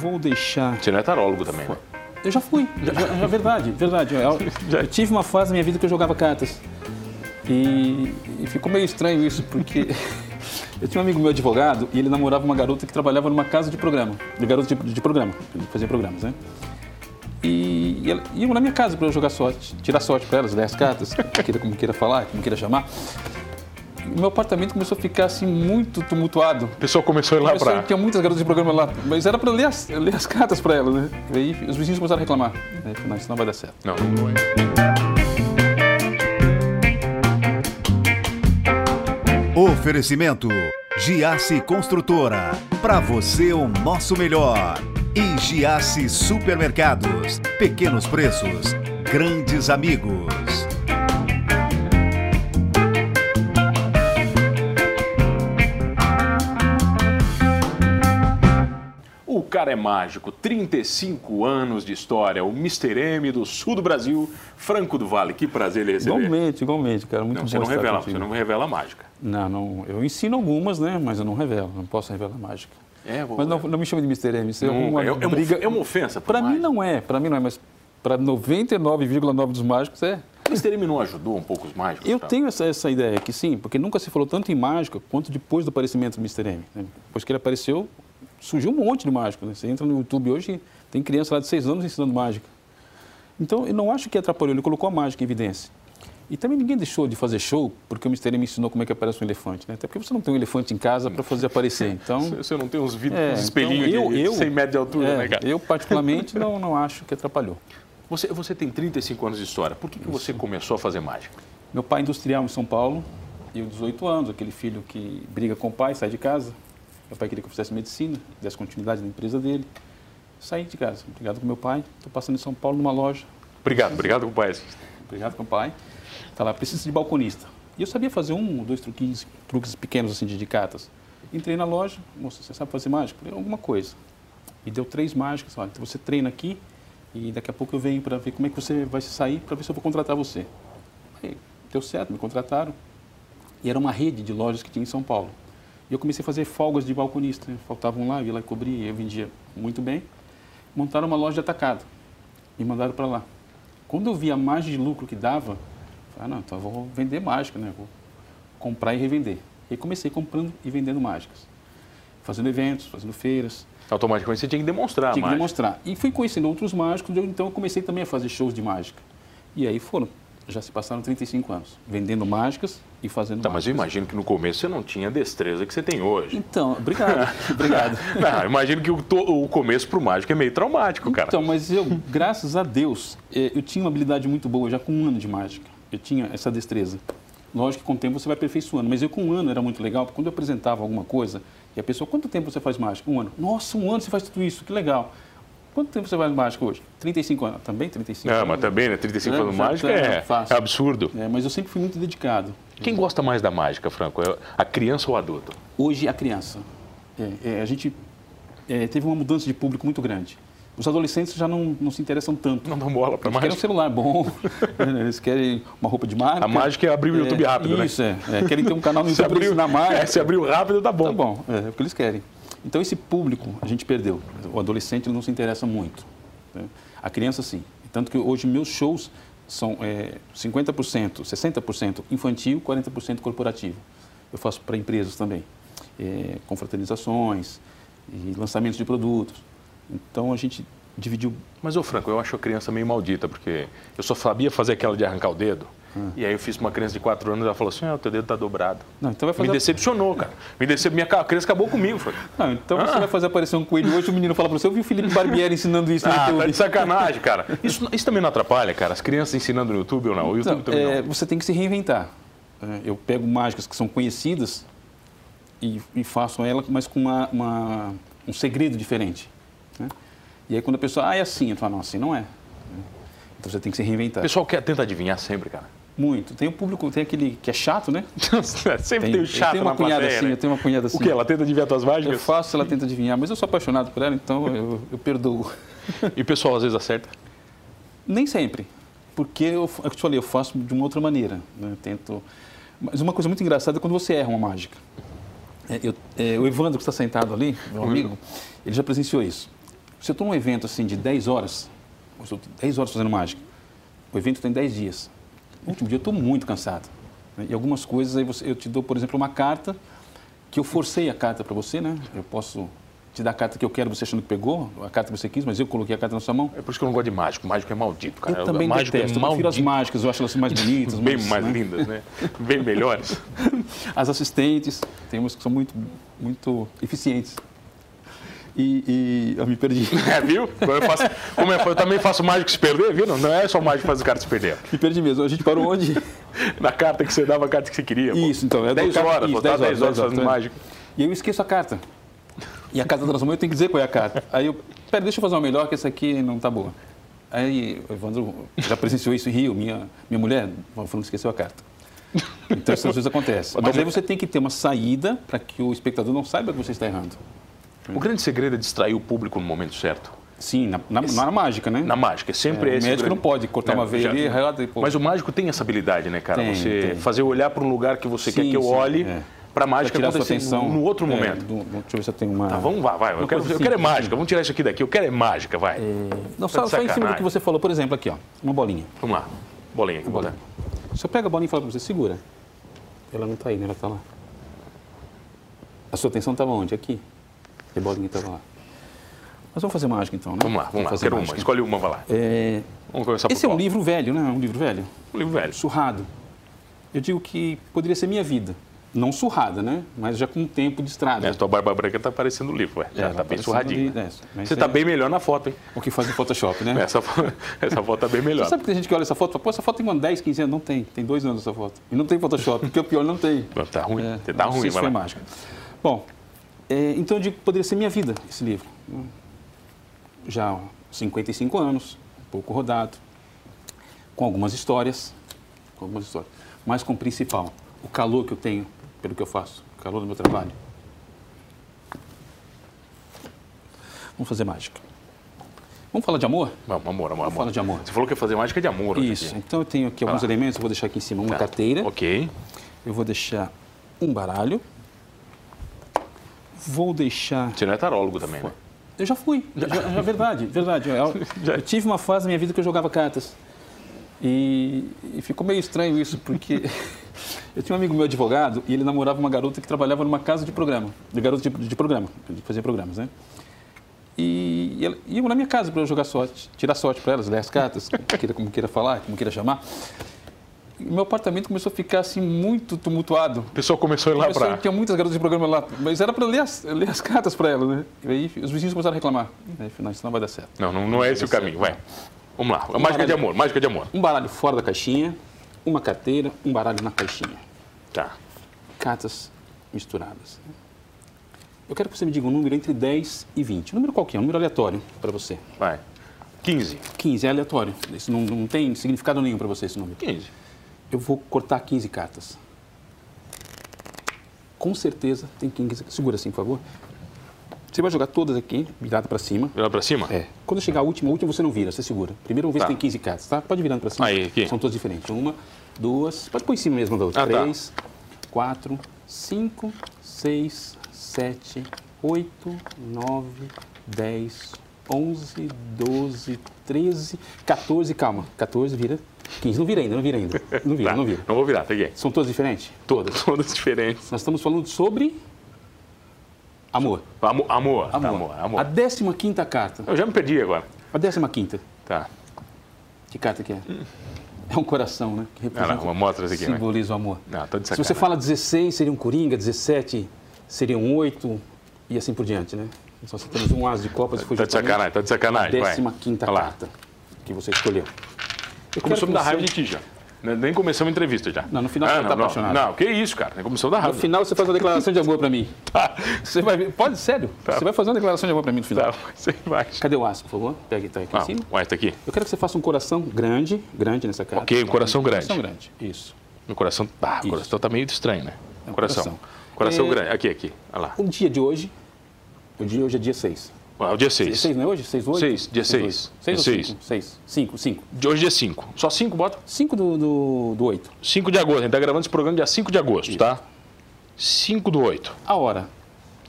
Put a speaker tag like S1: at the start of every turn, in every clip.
S1: vou deixar.
S2: Você não é tarólogo também, né?
S1: Eu já fui. Já, já- verdade, verdade. Eu, eu tive uma fase na minha vida que eu jogava cartas. E, e ficou meio estranho isso, porque eu tinha um amigo meu advogado e ele namorava uma garota que trabalhava numa casa de programa. De garoto de, de programa. Ele fazia programas, né? E, e ela- iam na minha casa pra eu jogar sorte, tirar sorte pra elas, ler as cartas, queira, como queira falar, como queira chamar. E o meu apartamento começou a ficar assim muito tumultuado.
S2: O pessoal começou a
S1: Eu sei
S2: elaborar.
S1: que tinha muitas garotas de programa lá, mas era pra ler as, ler as cartas pra elas, né? E aí os vizinhos começaram a reclamar. Né? Não, isso não vai dar certo.
S2: Não, não é.
S3: Oferecimento Giasse Construtora. Para você o nosso melhor. E Giasse Supermercados. Pequenos preços, grandes amigos.
S2: O cara é mágico, 35 anos de história, o Mr. M do sul do Brasil, Franco do Vale. Que prazer ele receber.
S1: Igualmente, igualmente, cara. Muito
S2: Não,
S1: bom
S2: você não
S1: estar
S2: revela,
S1: contigo.
S2: você não revela a mágica.
S1: não... não, eu ensino algumas, né? Mas eu não revelo, não posso revelar mágica.
S2: É, vou-
S1: Mas não, não me chame de Mr. M, isso é
S2: Não,
S1: uma
S2: é, é uma,
S1: briga...
S2: é uma ofensa.
S1: Pra mim não é, pra mim não é, mas pra 99,9% dos mágicos é.
S2: O Mr. M não ajudou um pouco os mágicos?
S1: Eu
S2: tá?
S1: tenho essa, essa ideia que sim, porque nunca se falou tanto em mágica quanto depois do aparecimento do Mr. M. né? Depois que ele apareceu, surgiu um monte de mágico. Né? Você entra no YouTube hoje, tem criança lá de seis anos ensinando mágica. Então, eu não acho que atrapalhou, ele colocou a mágica em evidência. E também ninguém deixou de fazer show porque o Mr. M ensinou como é que aparece um elefante, né? Até porque você não tem um elefante em casa para fazer aparecer. Então,
S2: Você- Você não tem uns vídeos,
S1: é,
S2: uns espelhinhos
S1: então
S2: de 100 metros de altura,
S1: é,
S2: né, cara?
S1: Eu, particularmente, não, não acho que atrapalhou.
S2: Você, você tem 35 anos de história. Por que, que você começou a fazer mágica?
S1: Meu pai é industrial em São Paulo, eu 18 anos, aquele filho que briga com o pai, sai de casa. Meu pai queria que eu fizesse medicina, desse continuidade na empresa dele. Saí de casa, obrigado com meu pai. Estou passando em São Paulo numa loja,
S2: Obrigado, obrigado, compadre.
S1: obrigado com o pai. Tá lá, preciso de balconista. E eu sabia fazer um, dois truquinhos, truques pequenos assim de de cartas. Entrei na loja, moça, você sabe fazer mágica? Falei, alguma coisa. E deu três mágicas, olha, então você treina aqui e daqui a pouco eu venho para ver como é que você vai se sair, para ver se eu vou contratar você. Aí, deu certo, me contrataram. E era uma rede de lojas que tinha em São Paulo. E eu comecei a fazer folgas de balconista. né? Faltavam lá, eu ia lá e cobria, eu vendia muito bem. Montaram uma loja de atacado. Me mandaram para lá. Quando eu vi a margem de lucro que dava, eu falei, ah, não, então eu vou vender mágica, né? Vou comprar e revender. E comecei comprando e vendendo mágicas. Fazendo eventos, fazendo feiras.
S2: Automaticamente você tinha que demonstrar a
S1: Tinha que
S2: mágica.
S1: demonstrar. E fui conhecendo outros mágicos, eu- então eu comecei também a fazer shows de mágica. E aí foram, já se passaram 35 anos, vendendo mágicas e fazendo
S2: Tá, mas eu
S1: mágicas.
S2: imagino que no começo você não tinha a destreza que você tem hoje.
S1: Então, obrigado, obrigado.
S2: Não, eu imagino que o, to- o começo pro mágico é meio traumático, cara.
S1: Então, mas eu, graças a Deus, eh, eu tinha uma habilidade muito boa já com um ano de mágica. Eu tinha essa destreza. Lógico que com o tempo você vai aperfeiçoando, mas eu com um ano era muito legal, porque quando eu apresentava alguma coisa, e a pessoa, quanto tempo você faz mágica? Um ano. Nossa, um ano você faz tudo isso, que legal. Quanto tempo você faz mágica hoje? 35 anos. Também 35
S2: não,
S1: anos.
S2: mas também, né? 35
S1: É,
S2: anos
S1: já
S2: mágica
S1: tá
S2: é,
S1: fácil.
S2: é absurdo.
S1: É, mas eu sempre fui muito dedicado.
S2: Quem gosta mais da mágica, Franco? É A criança ou o adulto?
S1: Hoje, a criança. É, é, a gente é, teve uma mudança de público muito grande. Os adolescentes já não, não se interessam tanto.
S2: Não dá bola pra
S1: Eles querem um
S2: mágica.
S1: celular bom, eles querem uma roupa de marca.
S2: A mágica é abrir o YouTube rápido, né?
S1: isso, é. é. Querem ter um canal no YouTube pra ensinar marca.
S2: é, se abriu rápido, tá bom.
S1: Tá bom, é, é o que eles querem. Então, esse público a gente perdeu. O adolescente ele não se interessa muito. né? A criança, sim. Tanto que hoje meus shows são é, 50%, 60% infantil, 40% corporativo. Eu faço para empresas também, é, confraternizações e lançamentos de produtos. Então, a gente dividiu
S2: Mas, ô Franco, eu acho a criança meio maldita, porque eu só sabia fazer aquela de arrancar o dedo. E aí eu fiz pra uma criança de 4 anos e ela falou assim, ah, o teu dedo tá dobrado.
S1: Hum. Não, então vai fazer-
S2: Me decepcionou, cara. Me decepcionou. Minha ca- a criança acabou comigo, Franco.
S1: Não, então
S2: Ah.
S1: você vai fazer aparecer um coelho hoje, o menino fala pra você, eu vi o Felipe Barbieri ensinando isso no
S2: Ah, tá
S1: YouTube.
S2: de sacanagem, cara. Isso, isso também não atrapalha, cara? As crianças ensinando no YouTube ou não? O YouTube
S1: Então,
S2: também
S1: é,
S2: não.
S1: você tem que se reinventar. É, Eu pego mágicas que são conhecidas e, e faço ela, mas com uma- uma- um segredo diferente. né? E aí quando a pessoa, ah, é assim, eu falo, não, assim não é. Então você tem que se
S2: O
S1: reinventar.
S2: pessoal quer, tenta adivinhar sempre, cara.
S1: Muito. Tem o público, tem aquele que é chato, né?
S2: É sempre tem o
S1: eu
S2: chato
S1: tenho uma
S2: na
S1: cunhada
S2: plateia,
S1: assim,
S2: né?
S1: eu tenho uma cunhada assim.
S2: O quê? Ela tenta adivinhar tuas
S1: Eu
S2: mágicas?
S1: faço, ela tenta adivinhar, mas eu sou apaixonado por ela, então eu, eu perdoo.
S2: E o pessoal às vezes acerta.
S1: Nem sempre, porque eu, é o que eu te falei, eu faço de uma outra maneira. Né? Eu tento. Mas uma coisa muito engraçada é quando você erra uma mágica. É, eu- é, o Evandro, que está sentado ali, meu amigo, ele já presenciou isso. Se eu estou num evento assim de 10 horas, eu estou 10 horas fazendo mágica, o evento tem 10 dias. No último dia eu estou muito cansado. né? E algumas coisas, aí você- eu te dou, por exemplo, uma carta, que eu forcei a carta para você, né? Eu posso te dar a carta que eu quero, você achando que pegou, a carta que você quis, mas eu coloquei a carta na sua mão.
S2: É por isso que eu não gosto de mágico. Mágico é maldito, cara.
S1: Eu também
S2: mágico
S1: detesto, eu
S2: é
S1: prefiro as
S2: maldito.
S1: mágicas, eu acho elas mais bonitas,
S2: Bem
S1: mais,
S2: mais
S1: né?
S2: lindas, né? Bem melhores.
S1: As assistentes, tem umas que são muito, muito eficientes. E, e eu me perdi.
S2: É, viu? Como eu, faço- como eu fa- eu também faço mágico se perder, viu? Não, não é só mágico que faz o cara se perder.
S1: Me perdi mesmo. A gente parou onde?
S2: Na carta que você dava, a carta que você queria. pô.
S1: Isso, então. É
S2: 10
S1: do-
S2: horas,
S1: isso,
S2: pô, tá 10 horas fazendo
S1: tá vendo?
S2: mágico.
S1: E eu esqueço a carta. E a carta transformou, eu tenho que dizer qual é a carta. Aí eu, pera, deixa eu fazer uma melhor, que essa aqui não tá boa. Aí o Evandro já presenciou isso em Rio, minha, minha mulher, o Franco esqueceu a carta. Então isso às vezes acontece. Mas aí você tem que ter uma saída para que o espectador não saiba que você está errando.
S2: O grande segredo é distrair o público no momento certo.
S1: Sim, na, na, na mágica, né?
S2: Na mágica, é sempre
S1: É, o
S2: esse.
S1: médico
S2: grande-
S1: não pode cortar
S2: É,
S1: uma veia
S2: já-
S1: ali, relata e pô.
S2: Mas o mágico tem essa habilidade, né, cara?
S1: Tem,
S2: você
S1: tem.
S2: fazer olhar para um lugar que você quer
S1: Sim,
S2: que eu
S1: sim,
S2: olhe,
S1: é.
S2: para a
S1: Pra
S2: mágica
S1: tirar a sua
S2: acontecer
S1: atenção.
S2: no outro
S1: É,
S2: momento.
S1: do- do- deixa eu ver se eu tenho uma.
S2: Tá, vamos, vai, vai. Eu quero,
S1: coisa
S2: eu quero é
S1: simples,
S2: mágica. Vamos tirar isso aqui daqui. Eu quero é mágica, vai.
S1: Não,
S2: Tá
S1: só,
S2: de
S1: só em cima do
S2: sacanagem.
S1: que você falou, por exemplo, aqui, ó. Uma bolinha.
S2: Vamos lá. Bolinha aqui, bolinha.
S1: Se eu pego a bolinha e falo pra você, segura. Ela não tá aí, né? Ela tá lá. A sua atenção estava onde? Aqui. E a bolinha estava lá. Mas vamos fazer mágica então, né?
S2: Vamos lá, vamos lá.
S1: fazer
S2: Quero uma.
S1: mágica.
S2: Escolhe uma, vai lá.
S1: É,
S2: Vamos começar por
S1: Esse é um
S2: qual?
S1: livro velho, né? Um livro velho.
S2: Um livro velho.
S1: Surrado. Eu digo que poderia ser minha vida. Não surrada, né? Mas já com um tempo de estrada.
S2: É, tua barba branca tá parecendo o livro, ué. Já
S1: ela
S2: tá bem
S1: parecendo
S2: surradinho.
S1: de- é, mas
S2: Você
S1: é-
S2: tá bem É, melhor na foto, hein?
S1: O que faz no Photoshop, né?
S2: Essa, fo- essa foto tá bem melhor.
S1: Você sabe que tem gente que olha essa foto e fala, pô, essa foto tem quando? 10, 15 anos? Não tem. Tem dois anos essa foto. E não tem Photoshop. Porque o pior não tem.
S2: Não, Tá ruim.
S1: É,
S2: Você tá
S1: não
S2: ruim,
S1: sei se
S2: vai
S1: foi
S2: lá.
S1: mágica. Bom, é, então eu digo que poderia ser minha vida esse livro. Já há 55 anos, um pouco rodado, com algumas histórias, com algumas histórias, mas com o principal, o calor que eu tenho pelo que eu faço, o calor do meu trabalho. Vamos fazer mágica. Vamos falar de amor?
S2: Vamos, amor, amor, amor.
S1: Fala de amor.
S2: Você falou que ia fazer mágica de amor. hoje
S1: Isso.
S2: aqui.
S1: Então eu tenho aqui alguns
S2: lá.
S1: elementos, eu vou deixar aqui em cima uma carteira.
S2: Tá. Ok.
S1: Eu vou deixar um baralho. Vou deixar.
S2: Você não é tarólogo também, né?
S1: Eu já fui. Já, já- verdade, verdade. Eu, eu tive uma fase na minha vida que eu jogava cartas. E, e ficou meio estranho isso, porque eu tinha um amigo meu advogado e ele namorava uma garota que trabalhava numa casa de programa, de garoto de, de programa, de fazer programas, né? E, e ela- e eu na minha casa para eu jogar sorte, tirar sorte para elas, ler as cartas, queira, como queira falar, como queira chamar. E meu apartamento começou a ficar assim muito tumultuado.
S2: O pessoal começou a ir lá
S1: Eu sei
S2: pra...
S1: que tinha muitas garotas de programa lá, mas era para ler as, ler as cartas para elas, né? E aí os vizinhos começaram a reclamar. Aí, afinal, isso não vai dar certo.
S2: Não, não, não é esse o caminho, vai. Vamos lá. né? mágica de
S1: baralho.
S2: amor, mágica de amor.
S1: Um baralho fora da caixinha, uma carteira, um baralho na caixinha.
S2: Tá.
S1: Cartas misturadas. Eu quero que você me diga um número entre 10 e 20. Um número qualquer, um número aleatório para você.
S2: Vai. 15.
S1: 15 é aleatório. Isso não, não tem significado nenhum para você, esse número.
S2: 15.
S1: Eu vou cortar 15 cartas. Com certeza tem 15. Segura assim, por favor. Você vai jogar todas aqui, virado para cima.
S2: Virar pra cima?
S1: É. Quando chegar a última, a última você não vira, você segura. Primeiro vamos ver
S2: Tá.
S1: se tem 15 cartas, tá? Pode virando pra cima.
S2: Aí, aqui.
S1: São todas diferentes. Uma, duas, pode pôr em cima mesmo da outra.
S2: Ah, tá.
S1: Três, quatro, cinco, seis, sete, oito, nove, dez, onze, doze, treze, 14, calma. 14, vira. 15, não vira ainda, não vira ainda. Não vira,
S2: Tá.
S1: não vira.
S2: Não vou virar, peguei.
S1: São todas diferentes?
S2: Todas. Todas diferentes.
S1: Nós estamos falando sobre amor.
S2: Amor. Amor. tá,
S1: Amor.
S2: Amor. amor.
S1: A 15 quinta carta.
S2: Eu já me perdi agora.
S1: A 15 quinta.
S2: Tá.
S1: Que carta que é? É um coração, né? Que
S2: Ah, não, mostra esse aqui, né?
S1: simboliza o amor.
S2: Não, tá de
S1: Se você
S2: sacanagem.
S1: fala 16, seria um coringa, 17 seria um 8 e assim por diante, né? Só se temos um as de copas e foi
S2: Tá de
S1: justamente
S2: sacanagem, tá de sacanagem. vai.
S1: a 15
S2: Olha lá.
S1: carta que você escolheu. Eu
S2: Começou
S1: quero que
S2: a me dar
S1: você-
S2: raiva de ti já. Ne- Nem começamos a entrevista já. Ah,
S1: Não, no final você
S2: não,
S1: tá
S2: não,
S1: apaixonado.
S2: Não, que isso, cara. Nem começou a dar
S1: No
S2: raiva.
S1: final você faz uma declaração de amor pra mim.
S2: Tá,
S1: Você vai ver- Pode, sério. Você vai fazer uma declaração de amor pra mim no final.
S2: tá, você vai.
S1: Cadê o as, por favor? Pega tá aqui em
S2: Ah,
S1: cima.
S2: vai, tá aqui.
S1: Eu quero que você faça um coração grande, grande nessa carta.
S2: Ok, um coração grande.
S1: Coração grande, isso.
S2: Meu coração. Ah, o coração tá meio estranho, né?
S1: É um
S2: coração. Coração,
S1: coração. É-
S2: grande. Aqui, aqui. Olha lá.
S1: O dia de hoje, o dia hoje é dia 6.
S2: Ah, o dia 6.
S1: 6 não é hoje? 6 8?
S2: Seis, dia seis.
S1: 6.
S2: Dia
S1: 6 ou
S2: seis.
S1: 5? 6. 5, 5.
S2: De hoje é dia 5. Só 5, bota?
S1: 5 do, do, do 8.
S2: 5 de agosto. A gente tá gravando esse programa dia 5 de agosto, tá? 5 do 8.
S1: A hora,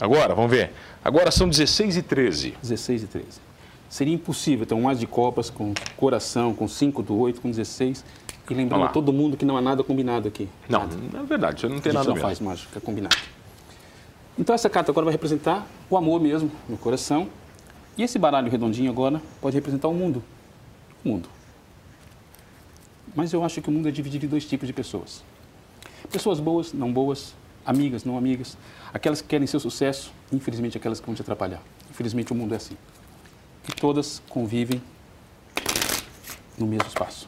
S2: Agora, vamos ver. Agora são 16 e 13.
S1: 16 e 13. Seria impossível ter um as de copas com coração, com 5 do 8, com 16. E lembrando
S2: Vamos
S1: a
S2: lá.
S1: todo mundo que não há nada combinado aqui.
S2: Não, na verdade, você não tem
S1: a gente
S2: nada
S1: não
S2: mesmo.
S1: faz mágica, combinado. Então essa carta agora vai representar o amor mesmo no coração. E esse baralho redondinho agora pode representar o mundo. O mundo. Mas eu acho que o mundo é dividido em dois tipos de pessoas. Pessoas boas, não boas, amigas, não amigas, aquelas que querem seu sucesso, infelizmente aquelas que vão te atrapalhar. Infelizmente o mundo é assim. E todas convivem no mesmo espaço.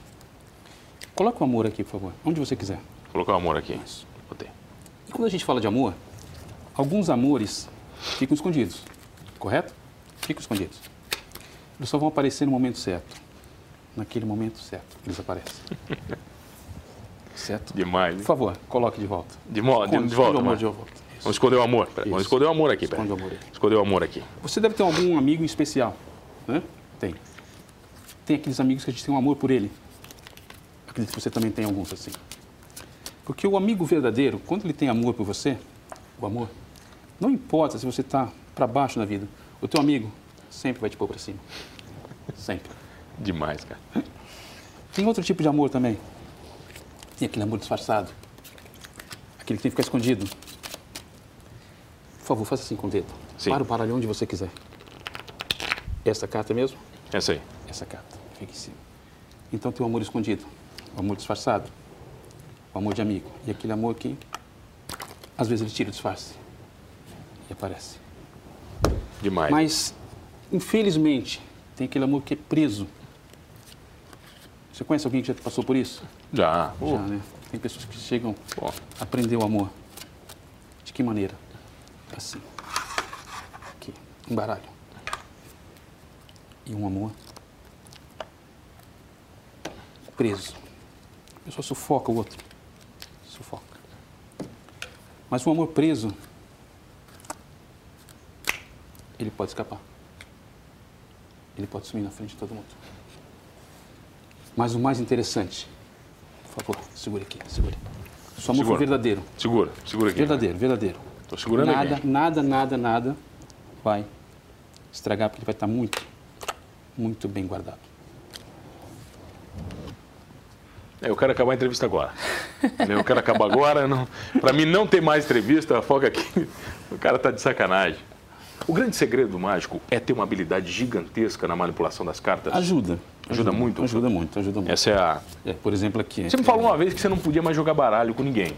S1: Coloca o amor aqui, por favor, onde você quiser.
S2: Vou colocar o amor aqui. Botei.
S1: E quando a gente fala de amor, alguns amores ficam escondidos, correto? Ficam escondidos. Eles só vão aparecer no momento certo. Naquele momento certo, eles aparecem. Certo?
S2: Demais.
S1: Por
S2: hein?
S1: favor, coloque de volta.
S2: De, mo- de-
S1: Esconde-
S2: de
S1: esconde
S2: volta.
S1: o amor
S2: mano.
S1: de volta. Isso.
S2: Vamos esconder o amor. peraí. Vamos
S1: Isso.
S2: esconder o amor aqui.
S1: Esconde
S2: peraí.
S1: o amor aí.
S2: Esconder o amor aqui.
S1: Você deve ter algum amigo especial, né? Tem. Tem aqueles amigos que a gente tem um amor por ele. Acredito que você também tem alguns assim. Porque o amigo verdadeiro, quando ele tem amor por você, o amor, não importa se você está para baixo na vida, o teu amigo sempre vai te pôr para cima. Sempre.
S2: Demais, cara.
S1: Tem outro tipo de amor também. Tem aquele amor disfarçado. Aquele que tem que ficar escondido. Por favor, faça assim com o dedo.
S2: Sim.
S1: Para o baralho onde você quiser. Essa carta mesmo?
S2: Essa aí.
S1: Essa carta. Fica em cima. Então tem o amor escondido, o amor disfarçado, o amor de amigo. E aquele amor que, às vezes, ele tira o disfarce e aparece.
S2: Demais.
S1: Mas, infelizmente, tem aquele amor que é preso. Você conhece alguém que já passou por isso?
S2: Já. Pô,
S1: Já, né? Tem pessoas que chegam
S2: pô.
S1: a aprender o amor. De que maneira? Assim. Aqui, um baralho. E um amor preso. A pessoa sufoca o outro. Sufoca. Mas um amor preso, ele pode escapar. Ele pode sumir na frente de todo mundo. Mas o mais interessante, por favor, segure aqui, segure. Seu amor foi
S2: Segura.
S1: verdadeiro.
S2: Segura. Segura aqui.
S1: Verdadeiro, verdadeiro.
S2: Tô segurando
S1: nada,
S2: aqui.
S1: Nada, nada, nada vai estragar, porque ele vai estar muito, muito bem guardado.
S2: É, eu quero acabar a entrevista agora. Eu quero acabar agora. Não... Para mim não tem mais entrevista, foca aqui. O cara tá de sacanagem. O grande segredo do mágico é ter uma habilidade gigantesca na manipulação das cartas.
S1: Ajuda.
S2: Ajuda muito?
S1: Ajuda muito, ajuda muito.
S2: Essa é a.
S1: É, por exemplo, aqui.
S2: Você me falou uma vez que você não podia mais jogar baralho com ninguém.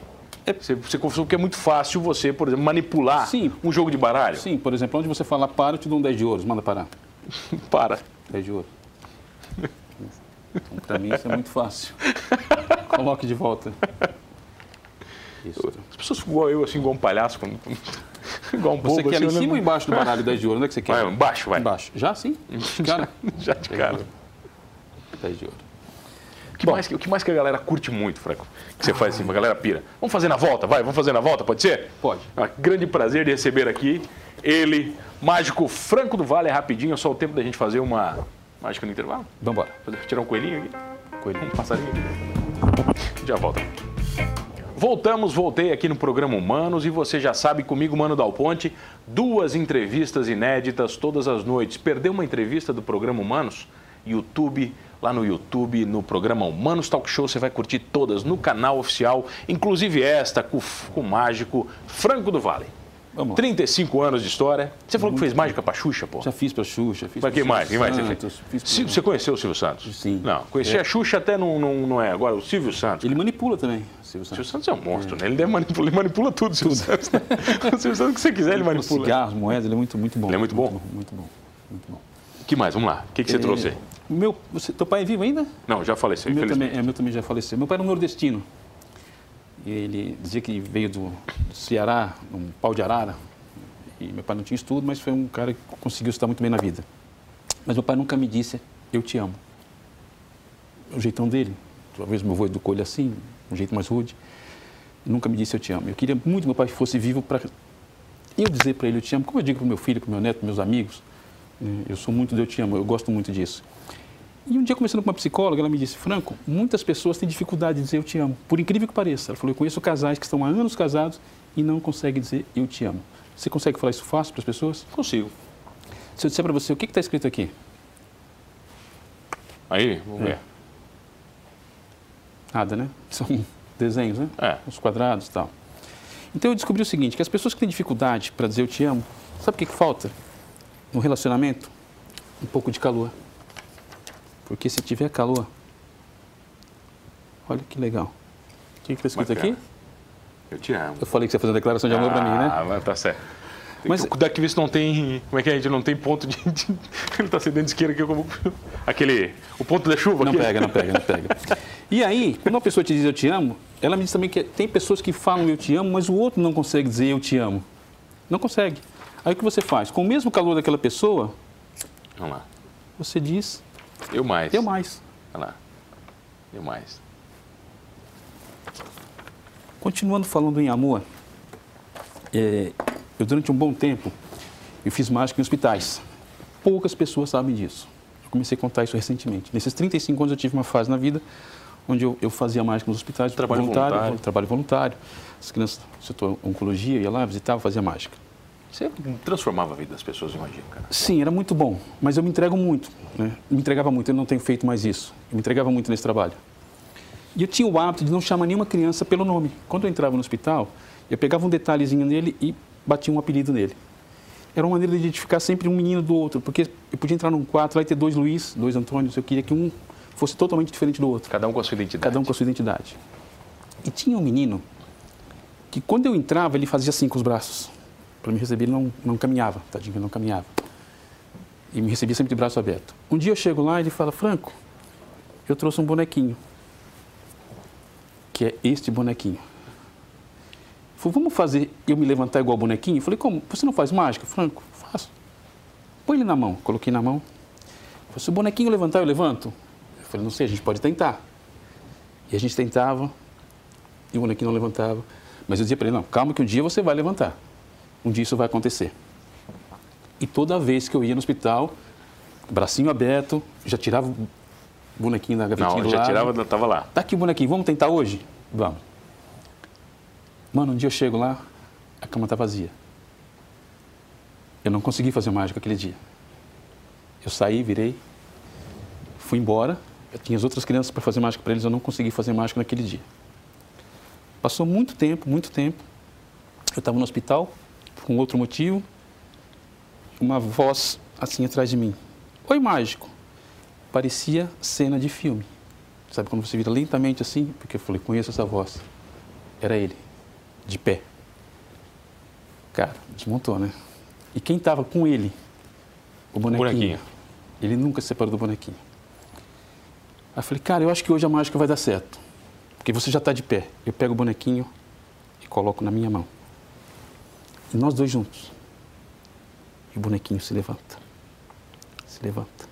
S2: Você, você confessou que é muito fácil você, por exemplo, manipular
S1: Sim.
S2: um jogo de baralho.
S1: Sim, é assim, por exemplo, onde você fala para, eu te dou um 10 de ouro, manda parar.
S2: Para.
S1: 10 de ouro. Então, pra mim isso é muito fácil. Coloque de volta. Isso.
S2: As pessoas ficam igual eu, assim, igual um palhaço, com- igual um
S1: Você
S2: bobo.
S1: quer
S2: assim,
S1: em
S2: olhando-
S1: cima ou embaixo do baralho 10 de ouro? Onde é que você quer?
S2: Vai, embaixo, vai.
S1: Embaixo. Já sim? Cara,
S2: Já de cara.
S1: 10 de ouro.
S2: O que, mais, que- o que mais que a galera curte muito, Franco? Que você faz assim, a galera pira. Vamos fazer na volta, vai, vamos fazer na volta, pode ser?
S1: Pode.
S2: Ah, grande prazer de receber aqui ele, mágico Franco do Vale, é rapidinho, é só o tempo da gente fazer uma mágica no intervalo.
S1: Vambora.
S2: Fazer- Tirar um coelhinho aqui.
S1: Coelhinho.
S2: Um passarinho. Já volta. Voltamos, voltei aqui no programa Humanos e você já sabe comigo, Mano Dal Ponte, duas entrevistas inéditas todas as noites. Perdeu uma entrevista do programa Humanos? YouTube, lá no YouTube, no programa Humanos Talk Show, você vai curtir todas no canal oficial, inclusive esta com, o- com o mágico Franco do Vale.
S1: Vamos lá.
S2: 35 anos de história. Você falou que fez mágica pra Xuxa, pô?
S1: Já fiz pra Xuxa, fiz
S2: Mas
S1: pra
S2: quem mais? Quem mais? Você,
S1: Santos,
S2: fez?
S1: fiz
S2: Sil-
S1: pro-
S2: você conheceu o Silvio Santos?
S1: Sim.
S2: Não, conhecia
S1: É.
S2: a Xuxa até não, não, não é. Agora, o Silvio Santos.
S1: Ele manipula também, Silvio
S2: O Silvio
S1: Santos.
S2: Santos é um monstro, né? Ele, deve manipula, ele manipula tudo, o Silvio Santos. né? O Silvio Santos, o que você quiser, ele manipula.
S1: Cigarros, moedas, ele é muito, muito bom.
S2: Ele é muito bom?
S1: Muito bom, muito bom.
S2: O que mais? Vamos lá. O que, que você
S1: É,
S2: trouxe aí?
S1: Meu, você, teu pai é vivo ainda?
S2: Não, já faleceu,
S1: O meu,
S2: infelizmente.
S1: também, é, o meu também já faleceu. Meu pai era um nordestino. E ele dizia que veio do Ceará, um pau de arara. E meu pai não tinha estudo, mas foi um cara que conseguiu estar muito bem na vida. Mas meu pai nunca me disse, eu te amo. É O jeitão dele, talvez meu avô educou ele assim, um jeito mais rude. Nunca me disse, eu te amo. Eu queria muito que meu pai fosse vivo para eu dizer para ele, eu te amo. Como eu digo para meu filho, para meu neto, para meus amigos, né, eu sou muito do eu te amo, eu gosto muito disso. E um dia, conversando com uma psicóloga, ela me disse: Franco, muitas pessoas têm dificuldade de dizer eu te amo, por incrível que pareça. Ela falou: Eu conheço casais que estão há anos casados e não conseguem dizer eu te amo. Você consegue falar isso fácil para as pessoas?
S2: Consigo.
S1: Se eu disser para você, o que está tá escrito aqui?
S2: Aí,
S1: É.
S2: vamos ver.
S1: Nada, né? São desenhos, né?
S2: É.
S1: Os quadrados e tal. Então eu descobri o seguinte, que as pessoas que têm dificuldade para dizer eu te amo, sabe o que, que falta no relacionamento? Um pouco de calor. Porque se tiver calor, olha que legal. O que está escrito
S2: Bacana.
S1: aqui?
S2: Eu te amo.
S1: Eu falei que você ia fazer uma declaração de amor para mim, né?
S2: Ah, mas tá certo.
S1: Mas-
S2: Mas daqui visto não tem. Como é que é? A gente não tem ponto de. de- ele tá cedendo esquerda aqui como. Aquele. O ponto da chuva
S1: Não
S2: aqui.
S1: pega, não pega, não pega. E aí, quando uma pessoa te diz eu te amo, ela me diz também que tem pessoas que falam eu te amo, mas o outro não consegue dizer eu te amo. Não consegue. Aí o que você faz? Com o mesmo calor daquela pessoa,
S2: Vamos lá.
S1: você diz
S2: Eu mais.
S1: eu mais.
S2: Olha lá. Eu mais.
S1: Continuando falando em amor, é, eu durante um bom tempo eu fiz mágica em hospitais. Poucas pessoas sabem disso. Eu comecei a contar isso recentemente. Nesses 35 anos eu tive uma fase na vida onde eu, eu fazia mágica nos hospitais,
S2: Trabalho voluntário.
S1: vol- trabalho voluntário. As crianças do setor oncologia eu ia lá, visitava, fazia mágica.
S2: Você transformava a vida das pessoas, eu imagino, cara.
S1: Sim, era muito bom, mas eu me entrego muito, né? Me entregava muito, eu não tenho feito mais isso. Eu me entregava muito nesse trabalho. E eu tinha o hábito de não chamar nenhuma criança pelo nome. Quando eu entrava no hospital, eu pegava um detalhezinho nele e batia um apelido nele. Era uma maneira de identificar sempre um menino do outro, porque eu podia entrar num quarto lá e ter dois Luiz, dois Antônios, eu queria que um fosse totalmente diferente do outro
S2: Cada um com a sua identidade.
S1: cada um com a sua identidade. E tinha um menino que quando eu entrava, ele fazia assim com os braços. Para me receber, ele não, não caminhava, tadinho, ele não caminhava. E me recebia sempre de braço aberto. Um dia eu chego lá e ele fala, Franco, eu trouxe um bonequinho, que é este bonequinho. Eu Falei, vamos fazer eu me levantar igual o bonequinho? Eu falei, como? Você não faz mágica? Franco, faço. Põe ele na mão. Coloquei na mão. Ele falou, Se o bonequinho levantar, eu levanto? Eu falei, não sei, a gente pode tentar. E a gente tentava, e o bonequinho não levantava. Mas eu dizia para ele, não, calma que um dia você vai levantar. Um dia isso vai acontecer. E toda vez que eu ia no hospital, bracinho aberto, já tirava o bonequinho da gavetinha
S2: Não,
S1: do
S2: já
S1: lado.
S2: tirava, tava lá.
S1: Tá aqui o bonequinho, vamos tentar hoje? Vamos. Mano, um dia eu chego lá, a cama tá vazia. Eu não consegui fazer mágica aquele dia. Eu saí, virei, fui embora. Eu tinha as outras crianças para fazer mágica para eles, eu não consegui fazer mágica naquele dia. Passou muito tempo, muito tempo. Eu estava no hospital, por um outro motivo. Uma voz assim atrás de mim. Oi, mágico. Parecia cena de filme. Sabe quando você vira lentamente assim? Porque eu falei, conheço essa voz. Era ele, de pé. Cara, desmontou, né? E quem estava com ele? O bonequinho.
S2: Bonequinho.
S1: Ele nunca se separou do bonequinho. Aí eu falei, cara, eu acho que hoje a mágica vai dar certo. Porque você já está de pé. Eu pego o bonequinho e coloco na minha mão. E nós dois juntos. E o bonequinho se levanta. Se levanta.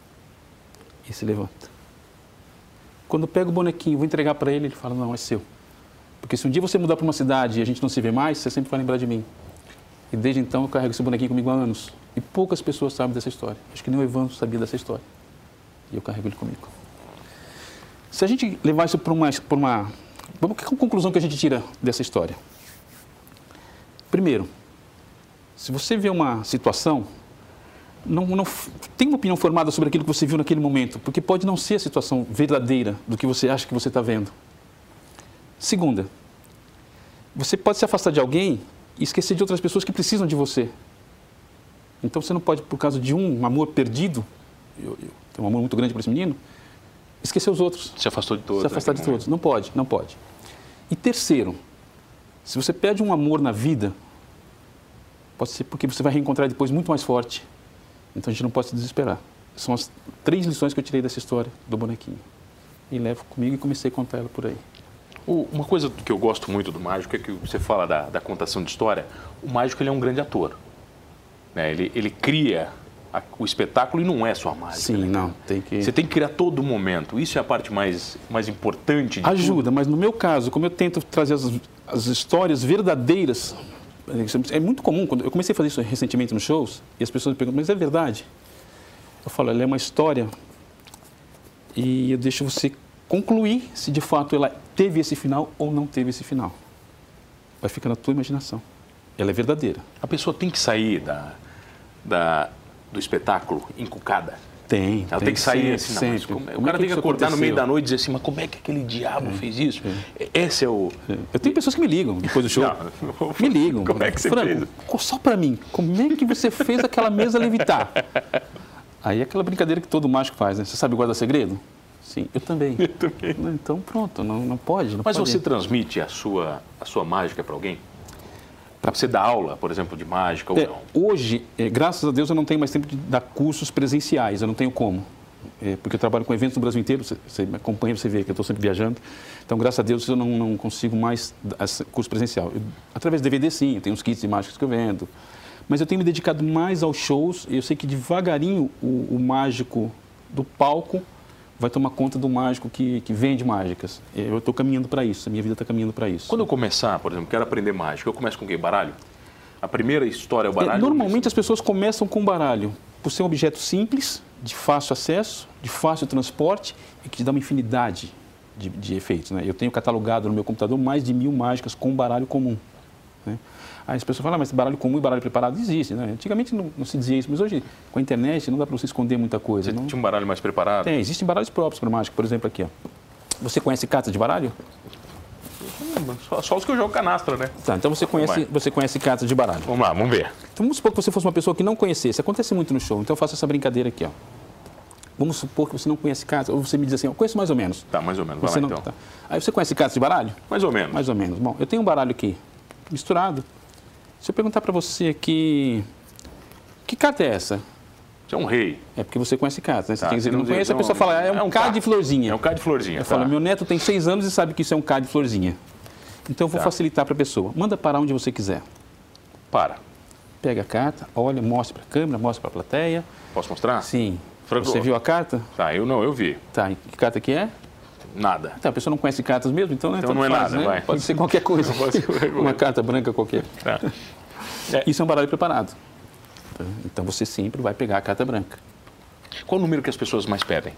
S1: E se levanta. Quando eu pego o bonequinho e vou entregar para ele, ele fala: Não, é seu. Porque se um dia você mudar para uma cidade e a gente não se vê mais, você sempre vai lembrar de mim. E desde então eu carrego esse bonequinho comigo há anos. E poucas pessoas sabem dessa história. Acho que nem o Evandro sabia dessa história. E eu carrego ele comigo. Se a gente levar isso para uma. Pra uma vamos, que conclusão que a gente tira dessa história? Primeiro, se você vê uma situação, não, não f- tem uma opinião formada sobre aquilo que você viu naquele momento, porque pode não ser a situação verdadeira do que você acha que você está vendo. Segunda, você pode se afastar de alguém e esquecer de outras pessoas que precisam de você. Então você não pode, por causa de um amor perdido, eu, eu tenho um amor muito grande para esse menino, esquecer os outros
S2: Se afastou de todos.
S1: se afastar de
S2: naquele
S1: todos. Não pode, não pode. E terceiro, se você perde um amor na vida, pode ser porque você vai reencontrar depois muito mais forte. Então a gente não pode se desesperar. São as três lições que eu tirei dessa história do bonequinho. E levo comigo e comecei a contar ela por aí.
S2: O- Uma coisa que eu gosto muito do mágico é que você fala da, da contação de história. O mágico ele é um grande ator. né? Ele, ele cria a- o espetáculo e não é só a mágica.
S1: Sim,
S2: né?
S1: não, tem que.
S2: Você tem que criar todo momento. Isso é a parte mais, mais importante de tudo.
S1: Ajuda, mas no meu caso, como eu tento trazer as, as histórias verdadeiras, é muito comum, quando eu comecei a fazer isso recentemente nos shows, e as pessoas me perguntam, mas é verdade? Eu falo, ela é uma história e eu deixo você concluir se de fato ela teve esse final ou não teve esse final. Vai ficar na tua imaginação. Ela é verdadeira.
S2: A pessoa tem que sair da, da- do espetáculo encucada.
S1: Tem.
S2: Ela tem, que sair assim, não, mas como-
S1: é
S2: o cara tem que acordar no meio da noite e dizer assim, mas como é que aquele diabo fez isso? Esse é o...
S1: noite. Eu tenho pessoas que me ligam depois do show.
S2: Não.
S1: Me ligam.
S2: Como é que você
S1: Franco, Só pra mim, como é que você fez aquela mesa levitar? Aí é aquela brincadeira que todo mágico faz, né? Você sabe guardar segredo? Sim, eu também. Eu também. Então pronto, não, não pode. Não
S2: Mas
S1: pode.
S2: você transmite a sua, a sua mágica para alguém? Para você dar aula, por exemplo, de mágica ou
S1: É,
S2: não?
S1: hoje, é, graças a Deus, eu não tenho mais tempo de dar cursos presenciais, eu não tenho como. É, porque eu trabalho com eventos no Brasil inteiro, você, você me acompanha, você vê que eu estou sempre viajando. Então, graças a Deus, eu não, não consigo mais dar esse curso presencial. Eu- através do DVD, sim, eu tenho uns kits de mágicos que eu vendo. Mas eu tenho me dedicado mais aos shows e eu sei que devagarinho o, o mágico do palco vai tomar conta do mágico que, que vende mágicas. É, Eu estou caminhando para isso, a minha vida está caminhando para isso.
S2: Quando eu começar, por exemplo, quero aprender mágica, eu começo com o quê? Baralho? A primeira história é o
S1: É,
S2: baralho?
S1: Normalmente as pessoas começam com um baralho, por ser um objeto simples, de fácil acesso, de fácil transporte e que te dá uma infinidade de, de efeitos. Né? Eu tenho catalogado no meu computador mais de mil mágicas com baralho comum. né? Aí as pessoas falam, "Ah, mas baralho comum e baralho preparado existe. Né? Antigamente não, não se dizia isso, mas hoje com a internet não dá para você esconder muita coisa.
S2: Você
S1: não?
S2: tinha um baralho mais preparado?
S1: Tem, existem baralhos próprios para mágica, por exemplo, aqui. Ó. Você conhece cartas de baralho?
S2: Só, só os que eu jogo canastra, né?
S1: Tá, então você
S2: Vai.
S1: conhece, você conhece cartas de baralho.
S2: Vamos lá, vamos ver.
S1: Então vamos supor que você fosse uma pessoa que não conhecesse. Acontece muito no show, então eu faço essa brincadeira aqui, ó. Vamos supor que você não conhece cartas, ou você me diz assim, eu conheço mais ou menos.
S2: Tá, mais ou menos. Vai
S1: Você
S2: lá,
S1: não,
S2: então.
S1: tá. Aí você conhece cartas de baralho?
S2: Mais ou menos.
S1: Mais ou menos. Bom, eu tenho um baralho aqui misturado. Se eu perguntar pra você aqui, que carta é essa?
S2: Você é um rei.
S1: É porque você conhece cartas, né? Você
S2: Tá,
S1: tem que dizer
S2: você
S1: que não
S2: não diz-
S1: conhece, a
S2: não,
S1: pessoa fala, é um,
S2: é um
S1: K
S2: K.
S1: de florzinha.
S2: É um cara de florzinha.
S1: Eu
S2: tá?
S1: falo, meu neto tem seis anos e sabe que isso é um K de florzinha. Então eu vou
S2: Tá.
S1: facilitar pra pessoa. Manda parar onde você quiser.
S2: Para.
S1: Pega a carta, olha, mostra pra câmera, mostra pra plateia.
S2: Posso mostrar?
S1: Sim.
S2: Franco.
S1: Você viu a carta?
S2: Tá, eu não, eu vi.
S1: Tá, e que carta que é?
S2: Nada.
S1: Tá, a pessoa não conhece cartas mesmo, então, né,
S2: Então
S1: tanto
S2: não é
S1: faz,
S2: nada,
S1: né?
S2: vai.
S1: Pode ser qualquer coisa.
S2: Pode ser qualquer coisa.
S1: Uma carta branca qualquer.
S2: Tá.
S1: Isso é um baralho preparado. Tá? Então você sempre vai pegar a carta branca.
S2: Qual o número que as pessoas mais pedem?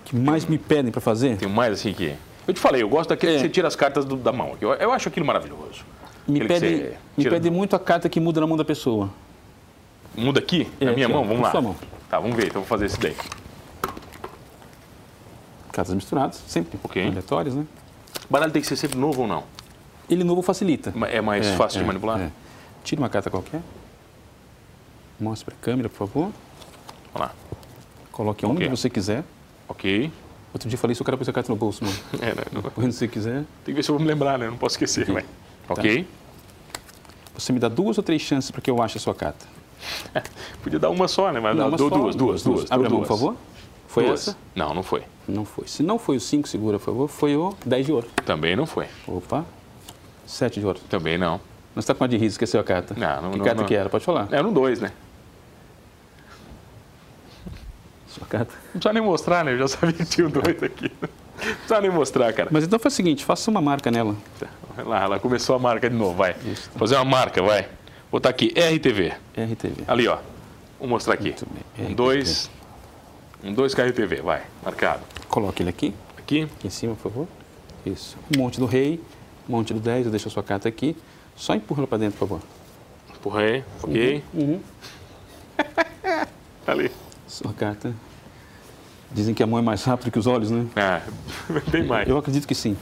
S1: O que mais me pedem para fazer?
S2: Tem mais assim que. Eu te falei, eu gosto
S1: É.
S2: daquele que você tira as cartas do- da mão. Eu, eu acho aquilo maravilhoso.
S1: Me
S2: Aquele que
S1: pedem
S2: você
S1: me
S2: tira-
S1: pede muito a carta que muda na mão da pessoa.
S2: Muda aqui?
S1: É,
S2: na minha
S1: tira,
S2: mão? Vamos
S1: na
S2: lá.
S1: sua mão.
S2: Tá, vamos ver. Então eu vou fazer esse daí.
S1: Cartas misturadas, sempre.
S2: Ok.
S1: Aleatórias, né?
S2: Baralho tem que ser sempre novo ou não?
S1: Ele novo facilita.
S2: Ma- É mais
S1: É,
S2: fácil
S1: é,
S2: de manipular?
S1: é. Tira uma carta qualquer. Mostra para a câmera, por favor.
S2: Vamos lá.
S1: Coloque onde
S2: Ok.
S1: você quiser.
S2: Ok.
S1: Outro dia eu falei isso, o cara pôs a carta no bolso, mano.
S2: É, né, não- tem
S1: Quando você quiser.
S2: que ver se eu vou me lembrar, né? Não posso esquecer, mas.
S1: Tá.
S2: Ok.
S1: Você me dá duas ou três chances para que eu ache a sua carta?
S2: Podia dar uma só, né? Mas
S1: Não,
S2: não,
S1: uma
S2: dou
S1: só.
S2: duas, duas, duas. dou
S1: Abre a mão, por
S2: duas.
S1: favor. Foi
S2: Duas.
S1: essa?
S2: Não, não foi.
S1: Não foi. Se não foi o 5, segura, por favor. Foi o 10 de ouro.
S2: Também não foi.
S1: Opa. 7 de ouro.
S2: Também não.
S1: Não está com a de riso, esqueceu a carta.
S2: Não, não-
S1: Que
S2: não-
S1: carta
S2: não.
S1: que era? Pode falar.
S2: Era um dois, né?
S1: Sua carta.
S2: Não precisa nem mostrar, né? Eu já sabia que tinha um dois aqui. Não precisa nem mostrar, cara.
S1: Mas então faz o seguinte, faça uma marca nela.
S2: Vai lá, ela começou a marca de novo, vai. Vou Fazer uma marca, vai. Vou botar aqui, RTV.
S1: RTV.
S2: Ali, ó. Vou mostrar aqui.
S1: Muito bem.
S2: Um dois. Um dois KRTV, vai. Marcado.
S1: Coloque ele aqui,
S2: Aqui.
S1: aqui em cima, por favor. Isso. Um monte do rei, um monte do 10, eu deixo a sua carta aqui. Só empurra ela para dentro, por favor.
S2: Empurra aí.
S1: Uhum.
S2: Ok. Ali.
S1: Sua carta. Dizem que a mão é mais rápida que os olhos, né?
S2: Ah, tem mais.
S1: Eu acredito que sim.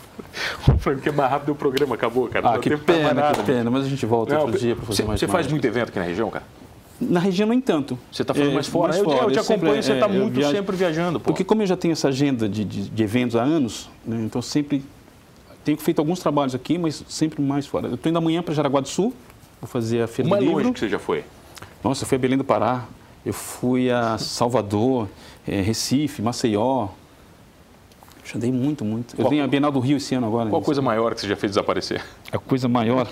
S2: O Franco é mais rápido o programa, acabou, cara.
S1: Ah,
S2: Não dá
S1: que
S2: tempo pra mais
S1: pena,
S2: nada.
S1: que pena. Mas a gente volta
S2: Não,
S1: outro dia para fazer
S2: você
S1: mais
S2: você faz
S1: mágica.
S2: muito evento aqui na região, cara?
S1: Na região, É, no entanto.
S2: Você tá fazendo mais fora? eu, eu te acompanho, você tá muito sempre viajando, pô.
S1: é, Porque como eu já tenho essa agenda de, de- de eventos há anos, né, então sempre tenho feito alguns trabalhos aqui, mas sempre mais fora. Eu estou indo amanhã para Jaraguá do Sul, vou fazer a
S2: o
S1: Feira do
S2: mais
S1: Livro.
S2: longe que você já foi.
S1: Nossa, eu fui a Belém do Pará, eu fui a Salvador, eh, Recife, Maceió. Eu já andei muito, muito. Eu
S2: Qual-
S1: venho a Bienal do Rio esse ano agora.
S2: Qual
S1: né?
S2: coisa maior que você já fez desaparecer?
S1: A coisa maior...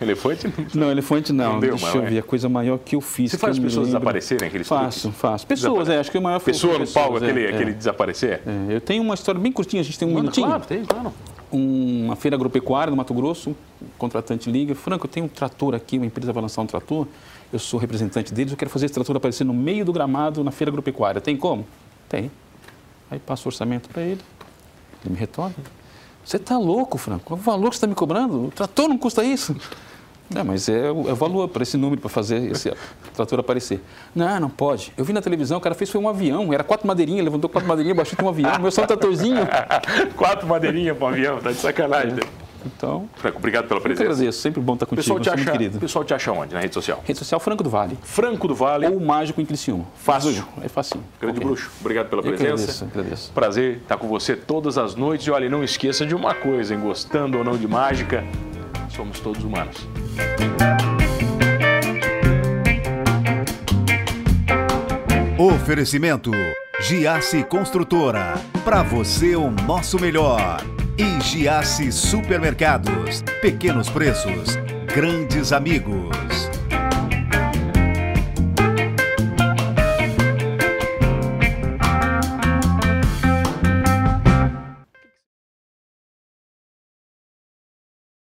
S2: Elefante? não-
S1: Não, elefante não.
S2: Não deu,
S1: Deixa
S2: mas
S1: eu
S2: é.
S1: ver, a coisa maior que eu fiz.
S2: Você
S1: que
S2: faz
S1: eu
S2: as
S1: me
S2: pessoas
S1: lembro.
S2: desaparecerem, aqueles
S1: Faço, faço. Pessoas, é, acho que o maior foi
S2: Pessoa no
S1: pessoas,
S2: palco,
S1: é,
S2: aquele,
S1: é.
S2: aquele desaparecer?
S1: É, Eu tenho uma história bem curtinha, a gente tem um
S2: Manda,
S1: minutinho.
S2: Claro, tem, claro.
S1: Uma feira agropecuária no Mato Grosso, um contratante liga, Franco, eu tenho um trator aqui, uma empresa vai lançar um trator, eu sou representante deles, eu quero fazer esse trator aparecer no meio do gramado na feira agropecuária. Tem como? Tem. Aí passa o orçamento para ele, ele tá me retorna. Você está louco, Franco? Qual o valor que você está me cobrando? O trator não custa isso? Não, mas é o é o valor para esse número, para fazer esse trator aparecer. Não, não pode. Eu vi na televisão, o cara fez foi um avião, era quatro madeirinhas, levantou quatro madeirinhas, baixou tem um avião, meu só um tratorzinho.
S2: Quatro madeirinhas para um avião, tá de sacanagem. né?
S1: Então,
S2: Franco, obrigado pela
S1: eu que
S2: presença.
S1: agradeço, sempre bom estar
S2: O
S1: contigo,
S2: pessoal, te
S1: você é
S2: acha,
S1: muito
S2: o
S1: querido.
S2: pessoal te acha onde? Na rede social?
S1: Rede social Franco do Vale,
S2: Franco do Vale,
S1: ou Mágico em Criciúma.
S2: Fácil.
S1: Os dois, É fácil.
S2: grande bruxo. Obrigado pela
S1: Eu que
S2: presença.
S1: agradeço, eu que agradeço.
S2: Prazer estar com você todas as noites. E olha, não esqueça de uma coisa, hein? Gostando ou não de mágica, somos todos humanos.
S3: Oferecimento Giasse Construtora. Para você o nosso melhor. E Giasse Supermercados. Pequenos preços, grandes amigos.